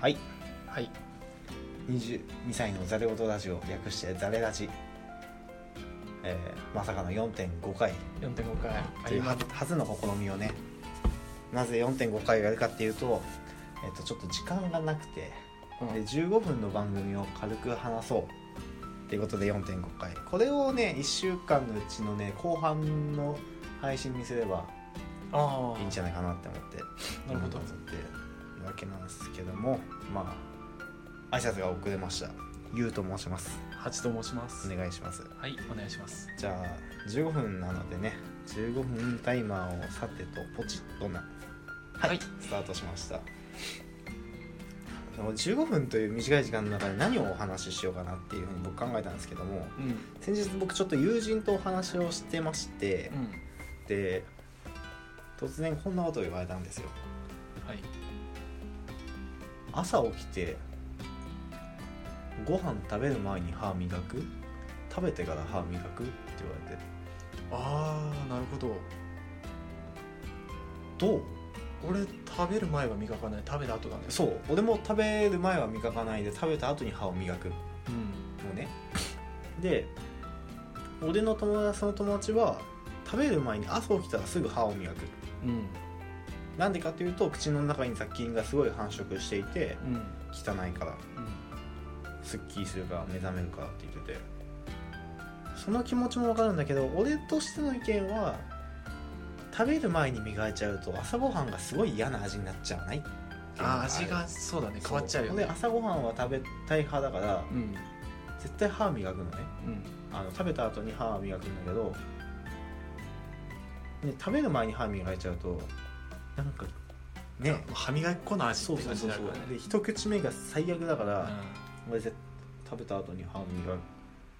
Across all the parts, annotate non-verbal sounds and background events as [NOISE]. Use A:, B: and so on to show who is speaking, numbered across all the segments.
A: はい
B: はい
A: 22歳のザレ言ラジオ略してザレラジ、えーまさかの4.5回
B: 4.5回あ
A: とい
B: り
A: うは
B: ます
A: ずはずの試みをねなぜ4.5回をやるかっていうと、えっと、ちょっと時間がなくて
B: うん
A: で15分の番組を軽く話そうっていうことで4.5回これをね1週間のうちのね後半の配信にすれば
B: ああ
A: いいんじゃないかなって思って
B: なるほど
A: 思ってるわけなんですけどもまあ挨拶が遅れましたゆうと申します
B: ハチと申します
A: お願いします
B: はいお願いします
A: じゃあ15分なのでね15分タイマーをさてとポチッとなはい、
B: はい
A: スタートしましたでも15分という短い時間の中で何をお話ししようかなっていうふうに僕考えたんですけども
B: うん
A: 先日僕ちょっと友人とお話をしてまして
B: うん
A: で突然こんなことを言われたんですよ
B: はい
A: 朝起きてご飯食べる前に歯磨く食べてから歯磨くって言われて
B: ああなるほど
A: どう
B: 俺食べる前は磨かない食べた後だね
A: そう俺も食べる前は磨かないで食べた後に歯を磨くの
B: うん
A: ね [LAUGHS] で俺の友達その友達は食べる前に朝起きたらすぐ歯を磨く
B: うん
A: なんでかというと口の中に雑菌がすごい繁殖していて
B: うんうん
A: 汚いからすっきりするから目覚めるからって言っててその気持ちもわかるんだけど俺としての意見は食べる前に磨いちゃうと朝ごはんがすごい嫌な味になっちゃわないっていうの
B: あー
A: る
B: 味がそうだね変わっちゃうよ
A: そで
B: ね
A: 朝ごはんは食べたい派だから
B: うん
A: 絶対歯磨くのね
B: うん
A: あの食べた後に歯磨くんだけど、ね、食べる前に歯磨いちゃうとなんかね
B: 歯磨き粉の味
A: そ
B: っ
A: う
B: て
A: そうそ
B: 感じ
A: うそう
B: になるからね
A: で一口目が最悪だか
B: う
A: ら、
B: ん
A: 俺絶食べた後に歯磨い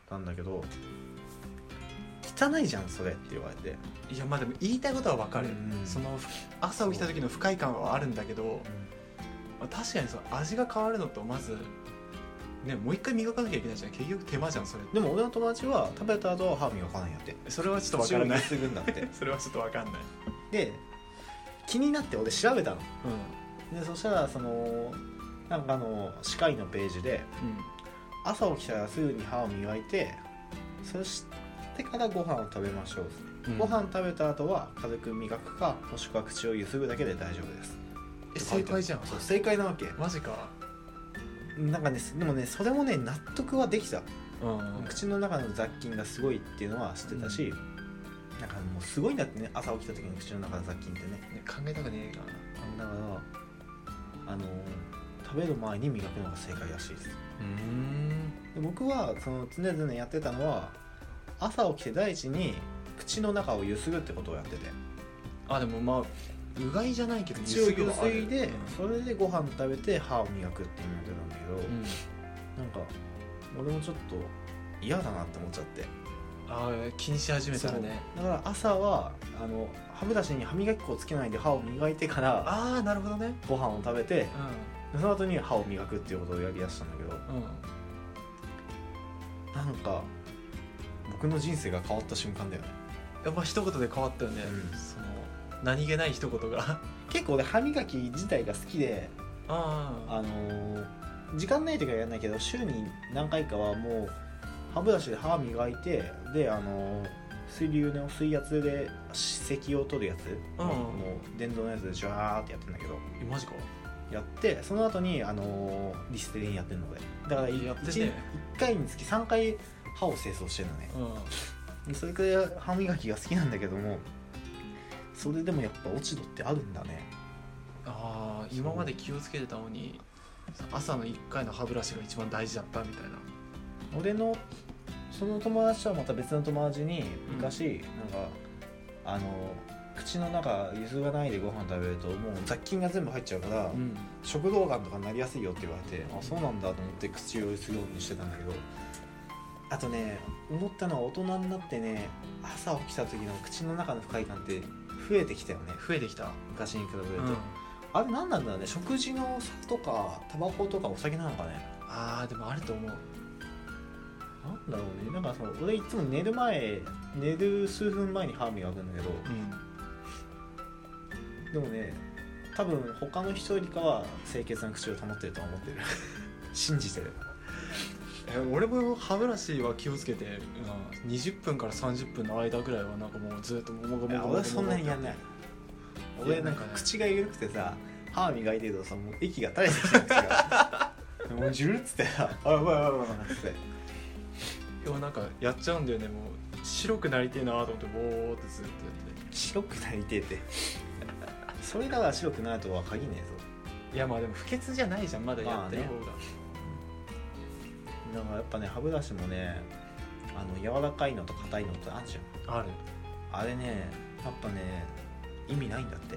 A: たんだけど汚いじゃんそれって言われて
B: いやまあでも言いたいことは分かる、
A: うん
B: その朝起きた時の不快感はあるんだけど、まあ確かにその味が変わるのとまずねもう一回磨かなきゃいけないじゃん結局手間じゃんそれ
A: でも俺の友達は食べた後は歯磨かないんやって
B: それはちょっと分からない
A: すぐんだって
B: [LAUGHS] それはちょっと分かんない
A: で気になって俺調べたの
B: うん
A: でそしたらそのなんかあの歯科医のページで朝起きたらすぐに歯を磨いてそしてからご飯を食べましょう、
B: うん、
A: ご飯食べた後は軽く磨くかもしくは口をゆすぐだけで大丈夫です
B: え正解じゃん
A: そう正解なわけ
B: マジか
A: なんかねでもねそれもね納得はできた、
B: うん
A: 口の中の雑菌がすごいっていうのは知ってたし、なんかもうすごいんだってね朝起きた時の口の中の雑菌ってね
B: ね考えたくねえな
A: だからあのー食べる前に磨くのが正解らしいです
B: うん
A: で僕はその常々やってたのは朝起きて第一に口の中をゆすぐってことをやってて
B: あでもまあうがいじゃないけど
A: 口をゆすい
B: ゆ
A: で、
B: ぐは
A: それでご飯食べて歯を磨くっていうのやってたんだけど、
B: あるうん
A: なんか俺もちょっと嫌だなって思っちゃって
B: あー気にし始めたらね
A: そうだから朝はあの歯ブラシに歯磨き粉をつけないで歯を磨いてから
B: ああなるほどね
A: ご飯を食べて
B: う
A: その後に歯を磨くっていうことをやりだしたんだけど
B: んうん
A: なんか僕の人生が変わった瞬間だよね
B: やっぱ一言で変わったよね、
A: うん
B: その何気ない一言 [LAUGHS] が
A: 結構ね歯磨き自体が好きで
B: あ
A: あのー時間ない時はやらないけど週に何回かはもう歯ブラシで歯磨いてであのー水流の水圧で歯石を取るやつ、
B: うん
A: もう電動のやつでジュワーってやってんだけど
B: えマジか
A: やってその後にあのーリステリンやってるのでだから
B: やってね
A: 1, 回につき3回歯を清掃してるのね
B: うん
A: それくらい歯磨きが好きなんだけどもそれでもやっぱ落ち度ってあるんだね
B: ああ今まで気をつけてたのに朝の1回の歯ブラシが一番大事だったみたいな
A: 俺のその友達とはまた別の友達に
B: うん
A: 昔、なんかあの口の中ゆすがないでご飯食べるともう雑菌が全部入っちゃうから、
B: ん
A: 食道がんとかなりやすいよって言われてあそうなんだと思って口をゆすぐようにしてたんだけどあとね思ったのは大人になってね朝起きた時の口の中の不快感って増えてきたよね
B: 増えてきた
A: 昔に比べると、
B: うん
A: あれ何なんだろうね食事のお酒とかタバコとかお酒なのかね
B: ああでもあると思う
A: なんだろうねなんかその俺いつも寝る前寝る数分前に歯磨くんだけど
B: うん
A: でもね多分他の人よりかは清潔な口を保ってるとは思ってる [LAUGHS] 信じてる
B: え俺も歯ブラシは気をつけて、うん、20分から30分の間ぐらいはなんかもうずっともごも
A: い
B: ご
A: や
B: もご
A: 俺
B: もごもご
A: はそんなにやんない
B: い
A: 俺
B: や
A: な
B: なんん
A: か
B: かね
A: 口が緩くてさ歯磨いてるとさもう液が垂れて
B: [LAUGHS]
A: きてるんですよもうジュルっつってさ「あやばいやばいやばい」っつって
B: いやなんかやっちゃうんだよねもう白くなりてえなと思ってぼーってずっとやって
A: 白くなりてえってそれだから白くなるとは限んねえ
B: ていやまあでも不潔じゃないじゃんまだやってる方が、
A: ぞだからやっぱね歯ブラシもねあの柔らかいのと硬いのとあるじゃん
B: あ、る
A: あれねやっぱね意味ないんだって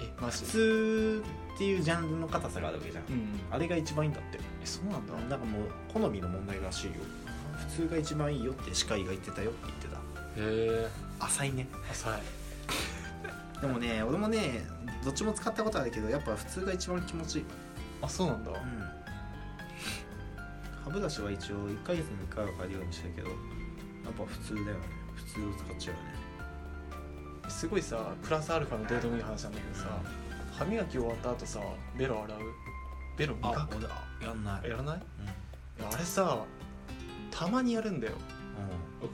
B: えマ
A: 普
B: ジ
A: 通っていうジャンルの硬さがあるわけじゃん、
B: うん
A: あれが一番いいんだって
B: えそうなんだ
A: なんかもう好みの問題らしいよ普通が一番いいよって歯科医が言ってたよって言ってた
B: へえ
A: 浅いね
B: 浅い
A: でもね俺もねどっちも使ったことあるけどやっぱ普通が一番気持ちいい、
B: あそうなんだ、
A: 歯ブラシは一応1ヶ月に1回は借りようにしてるけどやっぱ普通だよね普通を使っちゃうよね
B: すごいさプラスアルファのどうでもいい話なんだけどさ歯磨き終わった後さベロ洗うベロ磨く
A: 俺やんない、
B: やらない
A: うん
B: いやあれさたまにやるんだよ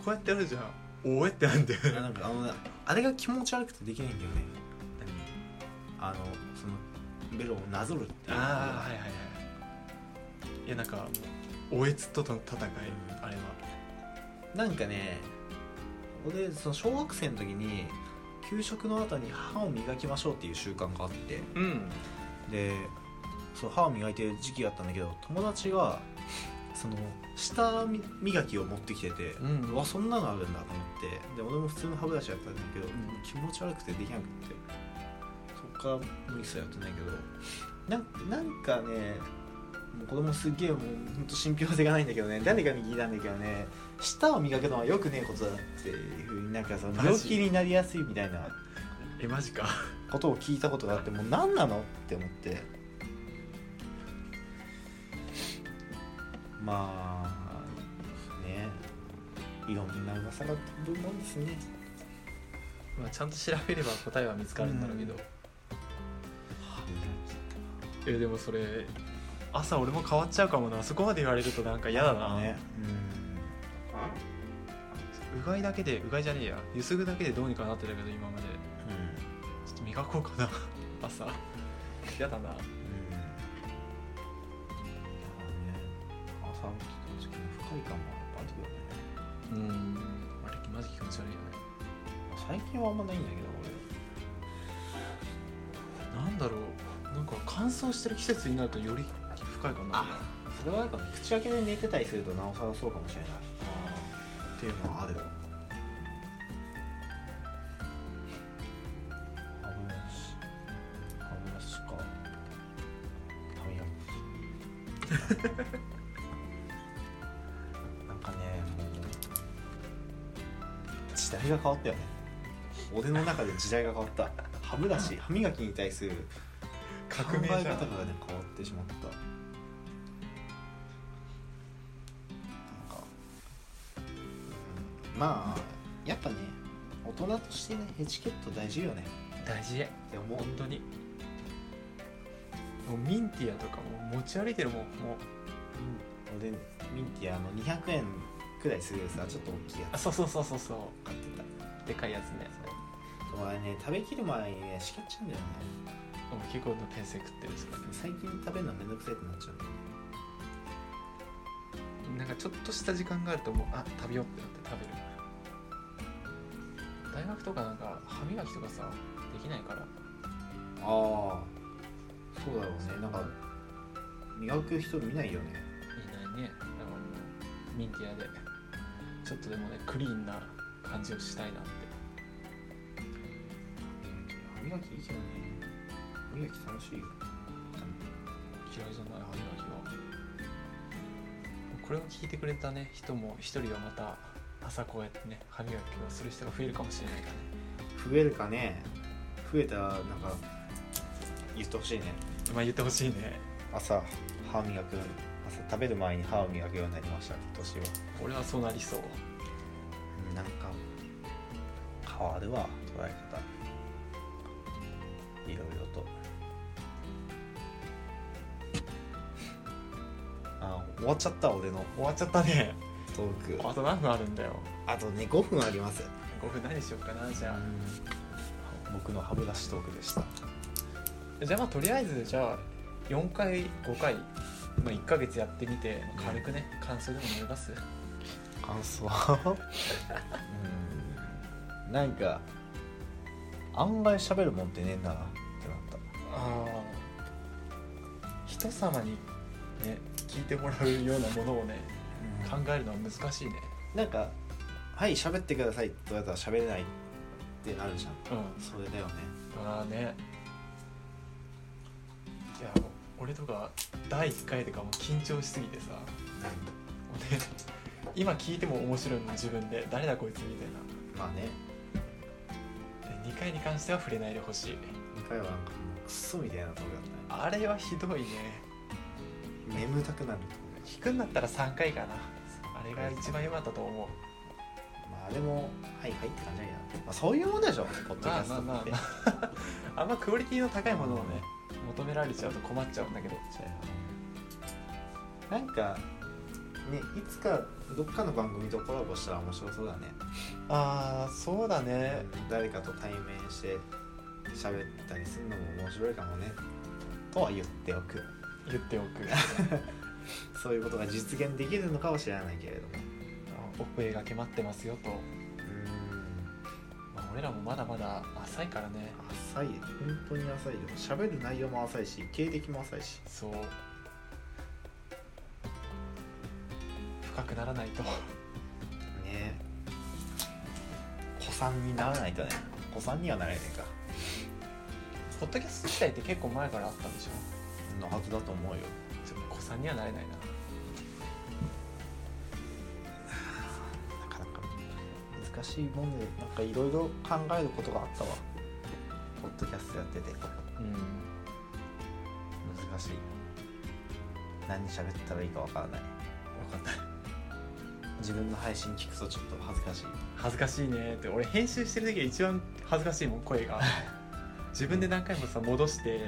B: こうやってやるじゃんおえってなんだよ
A: うん、なんかあのねあれが気持ち悪くてできないんだよねあのそのベロをなぞるっていうの
B: ああはいはいはいいやなんかおえつとの戦いあれは
A: なんかね俺その小学生の時に給食の後に歯を磨きましょうっていう習慣があって
B: うん
A: でそう歯を磨いてる時期があったんだけど友達がその舌磨きを持ってきてて、
B: う
A: うんわそんなのあるんだと思ってで俺も普通の歯ブラシやったんだけど、
B: ん
A: 気持ち悪くてできなくてそっからもう一切やってないけどなんなんかねもうこれもすっげえもうほんと信憑性がないんだけどね誰かに聞いたんだけどね舌を磨くのはよくねえことだっていうふうになんかその
B: マジ
A: 病気になりやすいみたいな
B: えマジか
A: ことを聞いたことがあってもう何なのって思ってまあねいろんな噂が飛ぶもんですね
B: まあちゃんと調べれば答えは見つかるんだろうけど、えでもそれ朝俺も変わっちゃうかもなそこまで言われるとなんか嫌だな、
A: ね
B: うがいだけでうがいじゃねえやゆすぐだけでどうにかなってたけど今まで
A: うん、うん
B: ちょっと磨こうかな [LAUGHS] 朝嫌だな
A: うんいやね、朝起きた時の不快感もやっぱあるよね
B: うんあれマジ気持ち悪いよね
A: 最近はあんまないんだけど
B: なんだろうなんか乾燥してる季節になるとより不快感になるな
A: 俺それはなんかね口開けで寝てたりするとなおさらそうかもしれないっていうのはある歯ブラシ歯ブラシか歯磨きなんかねもう時代が変わったよね俺の中で時代が変わった歯ブラシ歯磨きに対する考
B: 革
A: え
B: 命
A: 方が
B: じゃん
A: ね変わってしまったなんかうんまあやっぱね大人としてねエチケット大事よね
B: 大事
A: って思う
B: 本当にもうミンティアとかもう持ち歩いてるもんもう
A: 俺ミンティアあの200円くらいするさちょっと大きいや
B: あ
A: つ
B: そうそうそうそうそ
A: 買ってた
B: うでかいやつね
A: そう俺ね食べきる前にねしけっちゃうんだよね
B: 俺結構のペンセ食ってるし
A: 最近食べるのめんどくさいってなっちゃうんだよね
B: なんかちょっとした時間があるともうあ食べようってなって食べる大学とかなんか歯磨きとかさできないから
A: ああそうだろうねなんか磨く人見ないよね
B: いないねだからもうミンティアでちょっとでもねクリーンな感じをしたいなって
A: 歯磨きいいけどね歯磨き楽しいよ
B: 嫌いじゃない歯磨きはこれを聞いてくれたね人も一人はまた朝こうやってね歯磨きをする人が増えるかもしれないからね
A: 増えるかね増えたらなんか言ってほしいね
B: まあ言ってほしいね
A: 朝歯磨く朝食べる前に歯を磨くようになりました今年は
B: 俺はそうなりそう
A: うんなんか変わるわ捉え方いろいろと終わっちゃった俺の
B: 終わっちゃったね
A: トーク
B: あと何分あるんだよ
A: あとね5分あります
B: 5分何しようかなじゃ
A: 僕の歯ブラシトークでした
B: あじゃあまあとりあえずじゃあ4回5回、まあ、1ヶ月やってみてまあ軽くね感想でも思います
A: 感想うんなんか案外喋るもんってねえんだなってなった
B: ああ人様にね聞いてもらうようなものをね考えるのは難しいね
A: なんか「はい喋ってください」って言われたら喋れないってなるじゃん
B: うん
A: それだよね
B: ああねいや俺とか第1回とかもう緊張しすぎてさもうね今聞いても面白いもん自分で誰だこいつみたいな
A: まあね
B: で2回に関しては触れないでほしい
A: 2回はなんかもうクソみたいなとこだっ
B: あれはひどいね
A: たね眠たくなるとこ
B: 聞くんだったら3回かなあれが一番良かったと思う
A: まああれも「はいはい」って感じだけど、まあ、そういうもんでしょポッドキ
B: ま
A: ャ
B: あ
A: ス
B: まあ
A: ト
B: ま
A: っ
B: あ
A: て
B: まああんまクオリティの高いものをね求められちゃうと困っちゃうんだけど
A: なんかねいつかどっかの番組とコラボしたら面白そうだね
B: ああそうだね
A: 誰かと対面して喋ったりするのも面白いかもねとは言っておく
B: 言っておく
A: そういうことが実現できるのかは知らないけれども
B: お声がけ待ってますよと、
A: うーん
B: まあ、俺らもまだまだ浅いからね
A: 浅い本当に浅いよ喋る内容も浅いし経歴も浅いし
B: そう深くならないと
A: ね子さんにならないとね子さんにはなれねえか
B: ポッドキャスト自体って結構前からあったんでしょ
A: のはずだと思うよ
B: ちょっと子さんにはなれないな
A: なかなか難しいもんでなんかいろいろ考えることがあったわポッドキャストやってて
B: うん
A: 難しい何喋ったらいいかわからない
B: 分かんない
A: 自分の配信聞くとちょっと恥ずかしい
B: 恥ずかしいねって俺編集してる時が一番恥ずかしいもん声 [LAUGHS] が自分で何回もさ戻して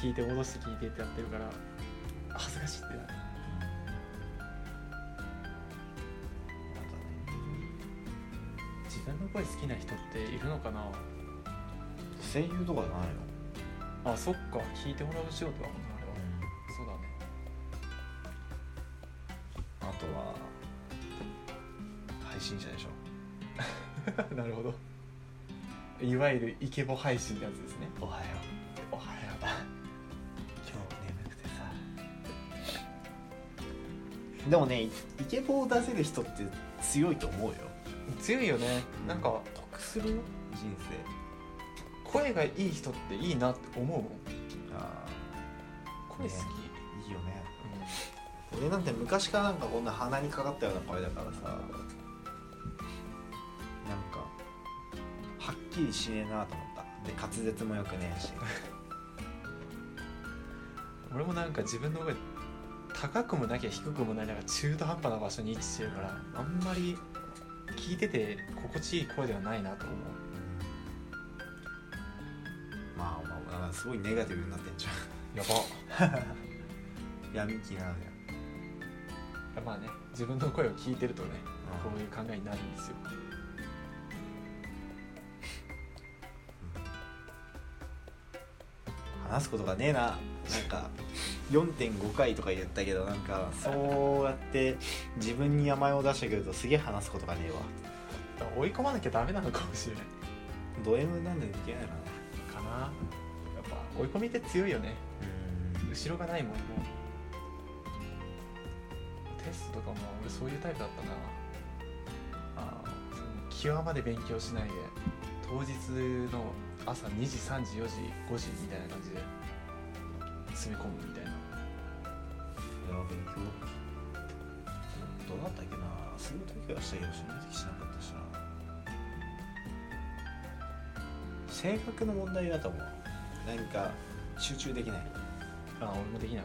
B: 聞いて戻して聞いてってやってるから恥ずかしいってなる自分の声好きな人っているのかな
A: 声優とかじゃないの、
B: あそっか聞いてもらう仕事だもんなあれはそうだね
A: あとは配信者でしょ
B: [LAUGHS] なるほどいわゆるイケボ配信ってやつですね
A: おはよう
B: おはよ
A: 今日眠くてさでもねイケボを出せる人って強いと思うよ
B: う強いよねなんか
A: 得するよ人生
B: 声がいい人っていいなって思うもん
A: あ
B: 声好き、
A: ねいいよね俺なんて昔からなんかこんな鼻にかかったような声だからさなんかはっきりしねえなと思ったで滑舌もよくねえ
B: [LAUGHS]
A: し
B: うん俺もなんか自分の声高くもなきゃ低くもないなんか中途半端な場所に位置してるからあんまり聞いてて心地いい声ではないなと思う
A: まあまあまあすごいネガティブになってんじ
B: やば
A: ゃん闇気なのよ
B: まあね自分の声を聞いてるとねこう
A: う
B: いう考えになるんですよ
A: ん話すことがねえななんか4.5回とか言ったけどなんかそうやって自分に名前を出してくるとすげえ話すことがねえわ
B: だから追い込まなきゃダメなのかもしれない
A: ド M なんでいけないのかな
B: かなやっぱ追い込みって強いよね
A: うん
B: 後ろがないもんねテストとかも俺そういうタイプだったな
A: あー
B: その際まで勉強しないで当日の朝2時3時4時5時みたいな感じで詰め込むみたいな
A: や勉強どうだったっけなする時はしたけどしない時しなかったしな性格の問題だと思うなんか集中できない、
B: あ俺もできない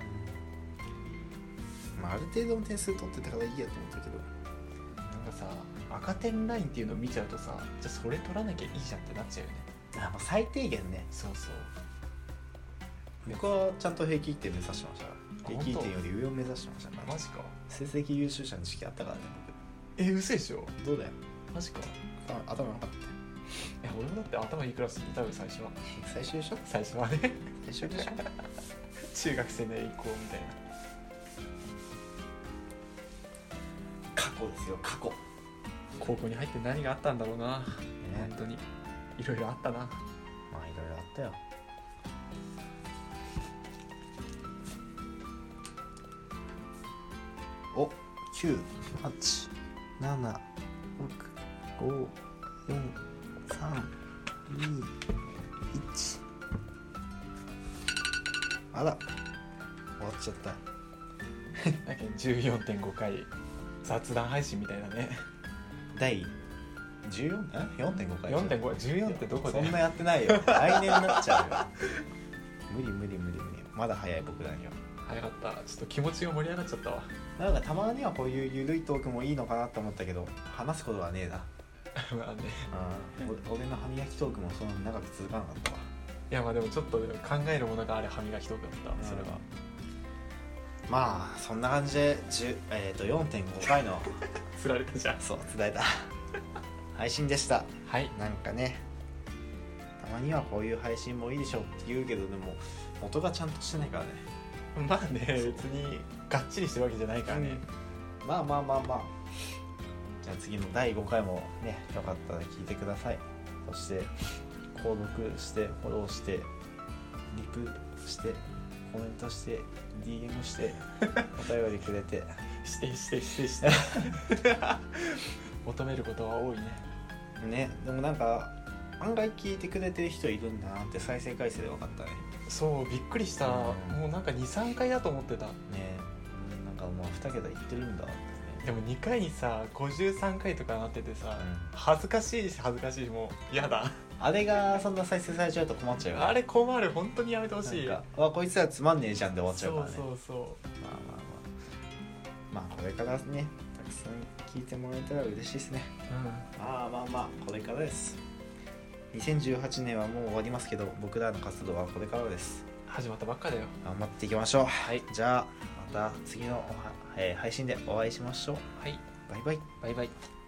A: まあ、ある程度の点数取ってたからいいやと思ったけど
B: なんかさ赤点ラインっていうのを見ちゃうとさじゃあそれ取らなきゃいいじゃんってなっちゃうよね
A: あもう最低限ね
B: そうそう
A: 僕はちゃんと平均点目指してました平均点より上を目指してましたから
B: マジか
A: 成績優秀者の時期あったからね
B: え嘘でしょ
A: 僕どうだよ
B: マジか
A: 頭頭なかっ
B: え俺もだって頭いいクラスにいたよ最初は
A: た最終でしょ
B: 最初はね
A: 最終でしょ
B: 中学生で行こうみたいな
A: [LAUGHS] 過去ですよ過去ね
B: 高校に入って何があったんだろうな本当にいろいろあったな
A: まあいろいろあったよお九八七六五四三二一あら終わっちゃった
B: だけど14.5回雑談配信みたいな
A: [LAUGHS]
B: ね
A: 第十四え四点五回
B: 4.514ってどこで
A: そんなやってないよ来年になっちゃうよ無理無理無理無理まだ早い僕らには
B: 早かったちょっと気持ちが盛り上がっちゃったわ [LAUGHS]
A: なんかたまにはこういうゆるいトークもいいのかなと思ったけど話すことはねえな
B: まあね
A: うんお俺の歯磨きトークもそんな長く続かなかったわ
B: いやまあでもちょっと考えるものがあれ歯磨きとかだったそれは
A: まあそんな感じで、10えー、と4.5回の
B: つられたじゃん
A: そう伝えた [LAUGHS] 配信でした
B: はい
A: なんかねたまにはこういう配信もいいでしょって言うけどでも元がちゃんとしてないからね
B: まあね別にがっちりしてるわけじゃないからね、
A: まあまあまあまあじゃあ次の第5回もねよかったら聞いてくださいそして購読してフォローしてリプしてコメントして DM して
B: [LAUGHS]
A: お便りくれて
B: してしてしてして [LAUGHS] 求めることは多いね
A: ねでもなんか案外聞いてくれてる人いるんだなって再生回数で分かったね
B: そうびっくりした、
A: うん
B: もうなんか23回だと思ってた
A: ねうんなんかもう2桁いってるんだってね
B: でも2回にさ53回とかなっててさ、
A: うん
B: 恥ずかしいし恥ずかしいもうやだ
A: あれがそんな再生されちゃうと困っちゃうよね
B: あれ困る本当にやめてほ
A: なん
B: しい
A: かあこいつらつまんねえじゃんで終わっちゃ
B: そ
A: か
B: う
A: ら
B: う
A: ね
B: そうそ
A: まあまあまあまあこれからねたくさん聞いてもらえたら嬉しいですね
B: う、
A: まあまあまあこれからです2018年はもう終わりますけど僕らの活動はこれからです
B: 始まったばっかだよ
A: 頑張っていきましょう
B: はい
A: じゃあまた次のおは、えー配信でお会いしましょう
B: はい
A: バイバイ
B: バイバイ